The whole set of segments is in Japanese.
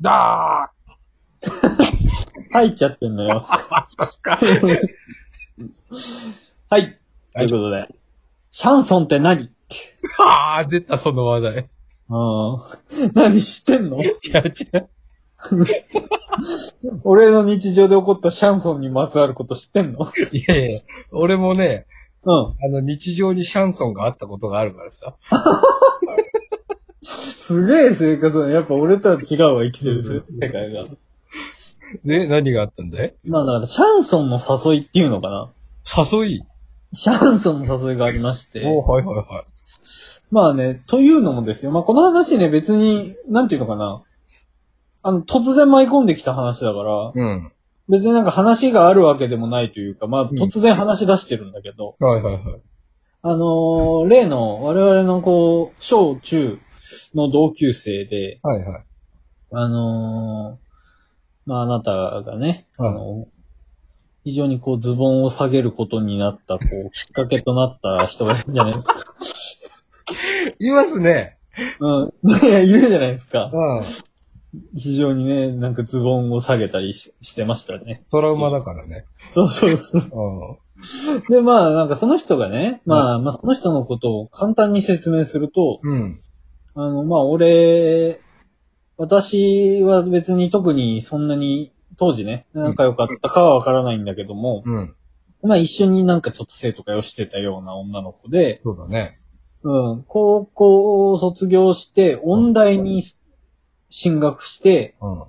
だ入っちゃってんのよ。はい。ということで。シャンソンって何って。ー あー出た、その話題。 うん。何知ってんの違う違う。俺の日常で起こったシャンソンにまつわること知ってんのいやいや、俺もね、うん。あの、日常にシャンソンがあったことがあるからさ。すげえ生活だね。やっぱ俺とは違うわ、生きてる世界が。で、何があったんだいまあだから、シャンソンの誘いっていうのかな誘い。シャンソンの誘いがありまして。おーはいはいはまあね、というのもですよ。まあこの話ね、別に、なんていうのかな。あの、突然舞い込んできた話だから、い。うん。別になんか話があるわけでもないというか、まあん突然話し出してるんだけど、はいはいはい。あのー例の我々のこう、小中の同級生で、はいはい。あのーまああなたがね、はいあの、非常にこうズボンを下げることになった、こう、きっかけとなった人がいるじゃないですか。いますね。うん。いや、いるじゃないですか。うん。非常にね、なんかズボンを下げたりししてましたね。トラウマだからね。そうそうそう。うん。で、まあ、なんかその人がね、まあ、まあ、その人のことを簡単に説明すると、うん。あの、まあ、俺、私は別に特にそんなに、当時ね、仲良かったかはわからないんだけども、うん。まあ一緒になんかちょっと生徒会をしてたような女の子で、そうだね。うん、高校を卒業して、音大に進学して、うん。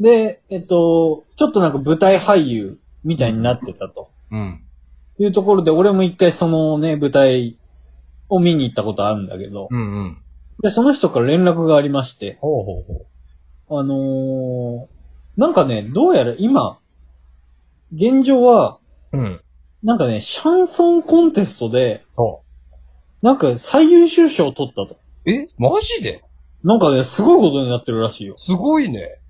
で、えっと、ちょっとなんか舞台俳優みたいになってたとうん。いうところで、俺も一回そのね、舞台を見に行ったことあるんだけど、うんうん。で、その人から連絡がありまして、ほうほうほう。あのー、なんかね、どうやら今、現状は、うん。なんかね、シャンソンコンテストで、ほなんか最優秀賞を取ったと。う。えマジでなんかね、すごいことになってるらしいよ。すごいね。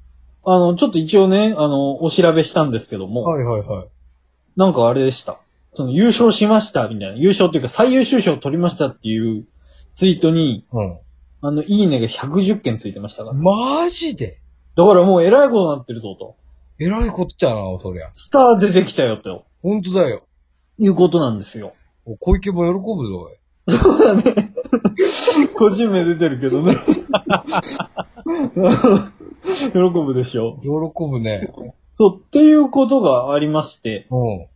あの、ちょっと一応ね、あの、お調べしたんですけども、はいはいはい。なんかあれでした。その優勝しましたみたいな。優勝っていうか最優秀賞を取りましたっていうツイートに、あの、いいねが110件ついてましたかうら。ん。マジでだからもう偉いことになってるぞと。えらいこっちゃな、そりゃ。スター出てきたよと。ほんとだよ。いうことなんですよ。お小池も喜ぶぞ、おい。個人名出てるけどね。 喜ぶでしょ。喜ぶね。そう、っていうことがありまして。うん。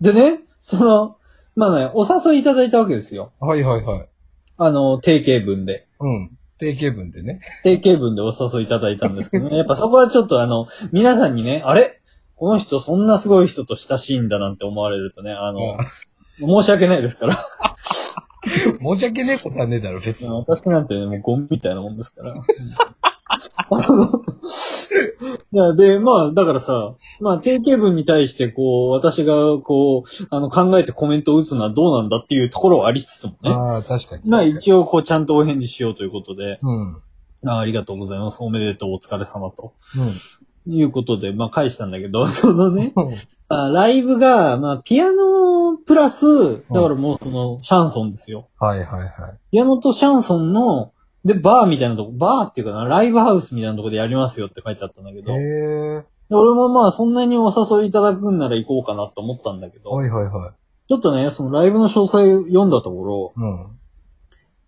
でね、その、まあね、お誘いいただいたわけですよ。はいはいはい。あの、定型文で。うん。定型文でね。定型文でお誘いいただいたんですけ どね。やっぱそこはちょっとあの、皆さんにね、あれこの人そんなすごい人と親しいんだなんて思われるとね、あの、申し訳ないですから。あ申し訳ねえことはねえだろ、別のに。私なんてね、もうゴミみたいなもんですから。 いやで、まあ、だからさ、まあ、定型文に対して、こう、私が、こう、あの、考えてコメントを打つのはどうなんだっていうところはありつつもね。ああ、確かに。まあ、一応、こう、ちゃんとお返事しようということで、うん。うん。あありがとうございます。おめでとう、お疲れ様と。いうことで、まあ、返したんだけど、 そのね、まあ、ライブが、まあ、ピアノプラス、だからもうその、シャンソンですよ。はいはいはい。ピアノとシャンソンの、で、バーみたいなとこ、バーっていうかな、ライブハウスみたいなとこでやりますよって書いてあったんだけど、でへえ。俺もまあ、そんなにお誘いいただくんなら行こうかなと思ったんだけど、はいはいはい。ちょっとね、そのライブの詳細を読んだところ、うん。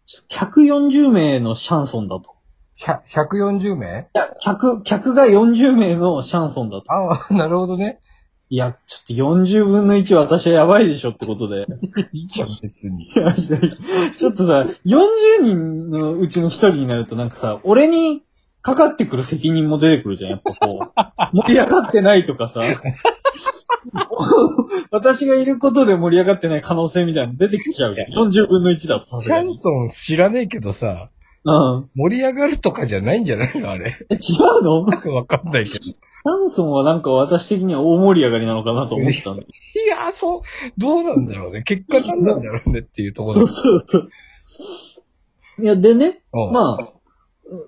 ちょっと140名のシャンソンだと。ひゃ140名いや、客、客が40名のシャンソンだと。ああ、なるほどね。いや、ちょっと40分の1は私はやばいでしょってことで。いいじゃん、別に。ちょっとさ、40人のうちの1人になるとなんかさ、俺にかかってくる責任も出てくるじゃん、やっぱこ う。盛り上がってないとかさ。 私がいることで盛り上がってない可能性みたいなの出てきちゃうじゃん。40分の1だとさすシがャに。ンソン知らねえけどさ、うん。盛り上がるとかじゃないんじゃないのあれ。え違うのシわかんないけ ど。ャンソンはなんか私的には大盛り上がりなのかなと思ってたんだけど。いやー、そう、どうなんだろうね。結果何なんだろうねっていうとこ そろうだ。そうそう。いや、でね、 うんまあ、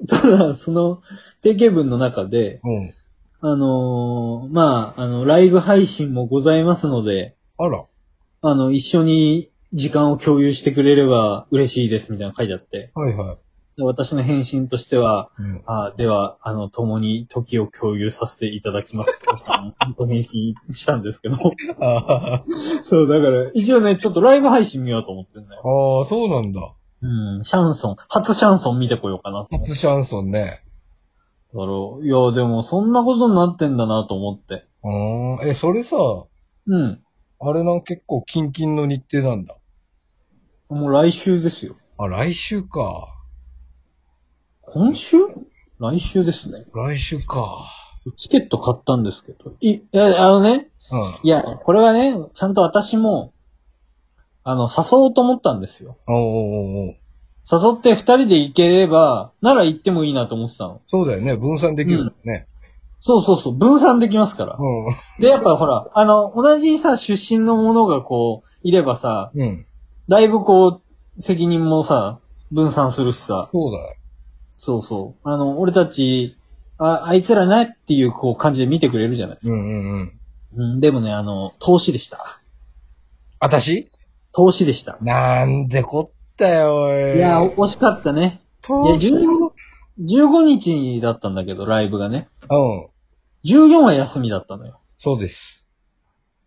ただ、その、定型文の中で、うん。あのーまあ、あの、ライブ配信もございますので、あら。あの、一緒に時間を共有してくれれば嬉しいですみたいなの書いてあって。はいはい。で私の返信としては、うんあでは、あの、共に時を共有させていただきます。あのちゃんと返信したんですけど。あそう、だから、一応ね、ちょっとライブ配信見ようと思ってんだよ。ああ、そうなんだ。うん、シャンソン、初シャンソン見てこようかなと思って。初シャンソンね。だから、いや、でも、そんなことになってんだなと思って。うん。え、それさ、うん。あれなん結構キンキンの日程なんだ。もう来週ですよ。あ、来週か。今週来週ですね。来週か。チケット買ったんですけど。い、いや、あのね、うん。いや、これはね、ちゃんと私も、あの、誘おうと思ったんですよ。おうおうおう誘って二人で行ければ、なら行ってもいいなと思ってたの。そうだよね。分散できるもんね。そうそうそう、分散できますから。うん。で、やっぱほら、あの、同じさ、出身のものがこう、いればさ、うん。だいぶこう、責任もさ、分散するしさ。そうだよ。そうそう。あの、俺たち、あ、あいつらなっていうこう感じで見てくれるじゃないですうか。んうんうん。うん、でもね、あの、投資でした。あたし投資でした。なんでこったよ、おい。いや、惜しかったね。いとや、15、15日だったんだけど、ライブがね。うん。 14は休みだったのよ。そうです。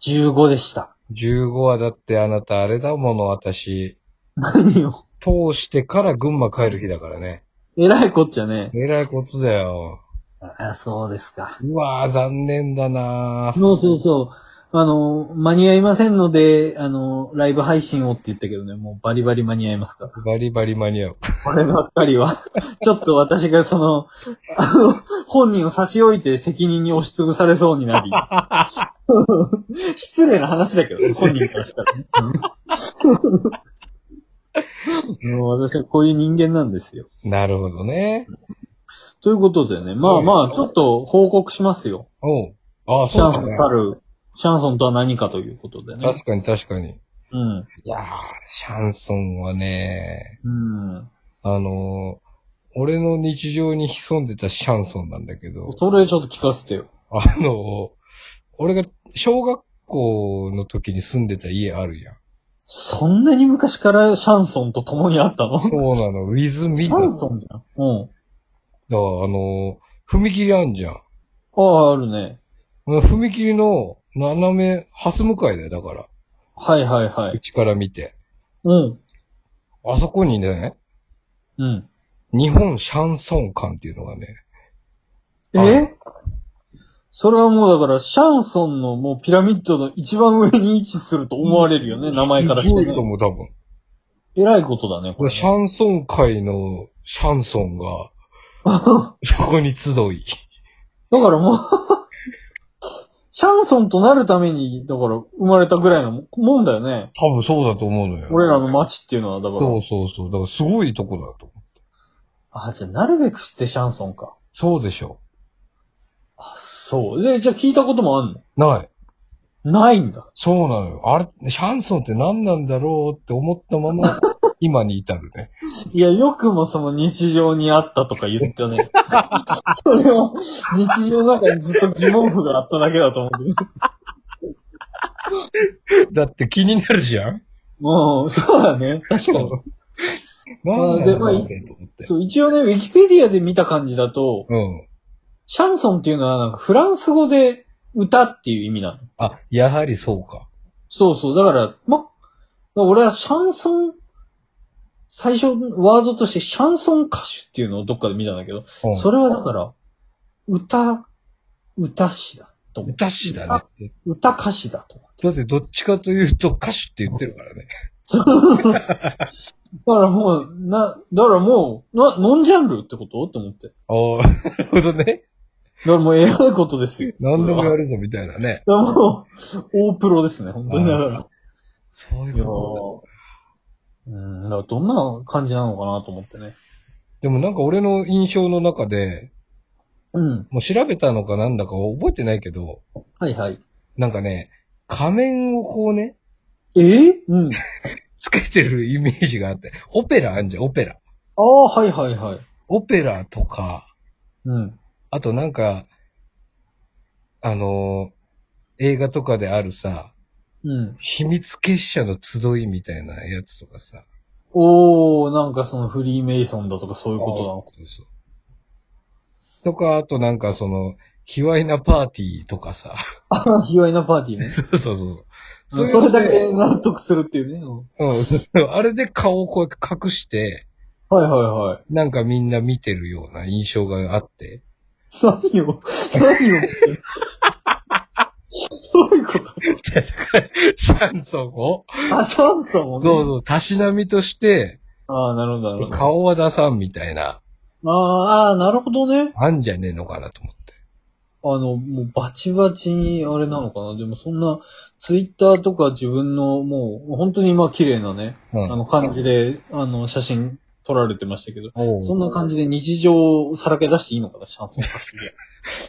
15でした。 15はだってあなたあれだもの、私。何よ。通してから群馬帰る日だからね。えらいこっちゃね。えらいことだよ。あ、そうですか。うわぁ、残念だなぁ。そうそうそう。あの、間に合いませんので、あの、ライブ配信をって言ったけどね、もうバリバリ間に合いますから。バリバリ間に合う。こればっかりは。 ちょっと私がその、あの、本人を差し置いて責任に押しつぶされそうになり。失礼な話だけどね、本人からしたらね。うんもう私はこういう人間なんですよ。なるほどね。ということでね、まあまあ、ちょっと報告しますよ。おう。ああ、シャそうンソだンね。たる、シャンソンとは何かということでね。確かに確かに。うん。いやーシャンソンはね、うん。あのー俺の日常に潜んでたシャンソンなんだけど、それちょっと聞かせてよ。あのー俺が小学校の時に住んでた家あるやん。そんなに昔からシャンソンと共にあったのシそうなの、ウィズ・ミーだャかンソンじゃん。うん。ら、あのー踏切あんじゃん。ああ、あるね。あの踏切の斜め、ハス向かいだよ、だから。はいはいはうい。ちから見て。うん。あそこにね、うん。日本シャンソン館っていうのがね、はえそれはもうだから、シャンソンのもうピラミッドの一番上に位置すると思われるよね、名前からしすごいて、とね。思う、多分。えらいことだね、これ、シャンソン界のシャンソン が、そこに集い。だからもう、シャンソンとなるために、だから生まれたぐらいのもんだよね。多分そうだと思うのよ。俺らの街っていうのは、だから。そうそうそう。だからすごいとこだと思う。あ、じゃあなるべく知ってシャンソンか。そうでしょあ、そう。で、じゃあ聞いたこともあんのう。ない。ないんだ。そうなのよ。あれ、シャンソンって何なんだろうって思ったま ま、今に至るね。いや、よくもその日常にあったとか言ったね。 それを日常の中にずっと疑問符があっただけだと思うけど。だって気になるじゃんもう、そうだね。確 かに。なんなんだろうって思って。そう、一応ね、ウィキペディアで見た感じだと、うん。シャンソンっていうのはなんかフランス語で歌っていう意味なの。あ、やはりそうか。そうそう。だから、ま、俺はシャンソン、最初、ワードとしてシャンソン歌手っていうのをどっかで見たんだけど、うん、それはだから、歌、歌詞だと思う。歌詞だね。歌歌詞だと思う。だってどっちかというと歌手って言ってるからね。だからもう、な、だからもう、な、ノンジャンルってことって思って。だああ、なるほどね。からもうえらいことですよ。何でもだやかるぞみたいなね。らもう、大プロですね、本当に。だから。そういやーうん、だからどんな感じなのかなと思ってね。でもなんか俺の印象の中で、うん。もう調べたのかなんだか覚えてないけど、はいはい。なんかね、仮面をこうね、えーうん。つけてるイメージがあって、オペラあんじゃん、オペラ。ああ、はいはいはい。オペラとか、うん。あとなんか、あのー映画とかであるさ、うん。秘密結社の集いみたいなやつとかさ、あおー、なんかそのフリーメイソンだとかそういうことなのそうそう。とか、あとなんかその、卑猥なパーティーとかさ。か。卑猥なパーティーね。そうそうそうそそう。れだけ納得するっていうね。うんうん。 あれで顔をこうやって隠して、はいはいはい。なんかみんな見てるような印象があって。何を、何 を。どういうことシャンソンを、 あ、シャンソンもね。そうそう、たしなみとして、ああ、なるほど、なるほど。顔は出さんみたいな、あーあー、なるほどね。あんじゃねえのかなと思って。あの、もうバチバチにあれなのかな。でもそんな、ツイッターとか自分のもう、本当にまあ綺麗なね、うんあの感じで、あの、写真撮られてましたけど、おうそんな感じで日常をさらけ出していいのかな、シャンソン歌手で。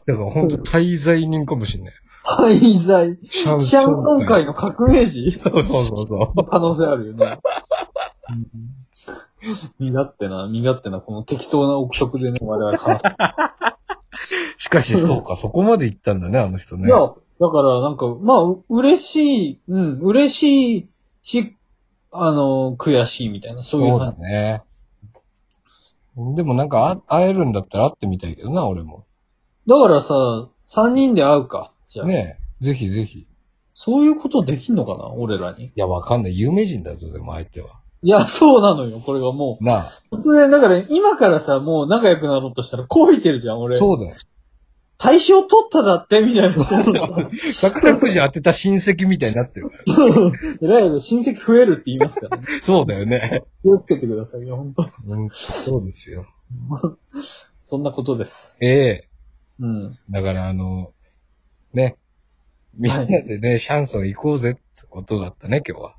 だから本当滞在人かもしれない。廃材。シャシャンソン。界の革命児そうそうそうその可能性あるよね。身勝手な、身勝手な、この適当な憶測でね、我々話してう。しかし、そうか、そこまで行ったんだね、あの人ね。いや、だからなんか、まあ、う嬉しい、うん、嬉しいし、あの、悔しいみたいな、そういうそうだ感じ。ね。でもなんかあ、会えるんだったら会ってみたいけどな、俺も。だからさ、三人で会うか。じゃあ、ねえ。ぜひぜひ。いそういうことできんのかな俺らに。や、わかんない。有名人だぞ、でも相手は。いや、そうなのよ、これがもなあ。う。突然、だから今からさ、もう仲良くなろうとしたら、こういてるじゃん、俺。そうだよ。対象取っただって、みたいな。そうそう宝くじ当てた親戚みたいにな ってる。えらいよ親戚増えるって言いますからね。そうだよね。気をつけてくださいよ、本当うん、そうですよ。そんなことです。ええうん。だからあの、ね。みんなでね、シャンソン行こうぜってことだったね、今日は。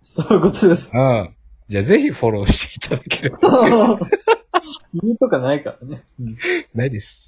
そういうことです。うん。じゃあぜ ひフォローしていただければ。理由とかないからね。うんないです。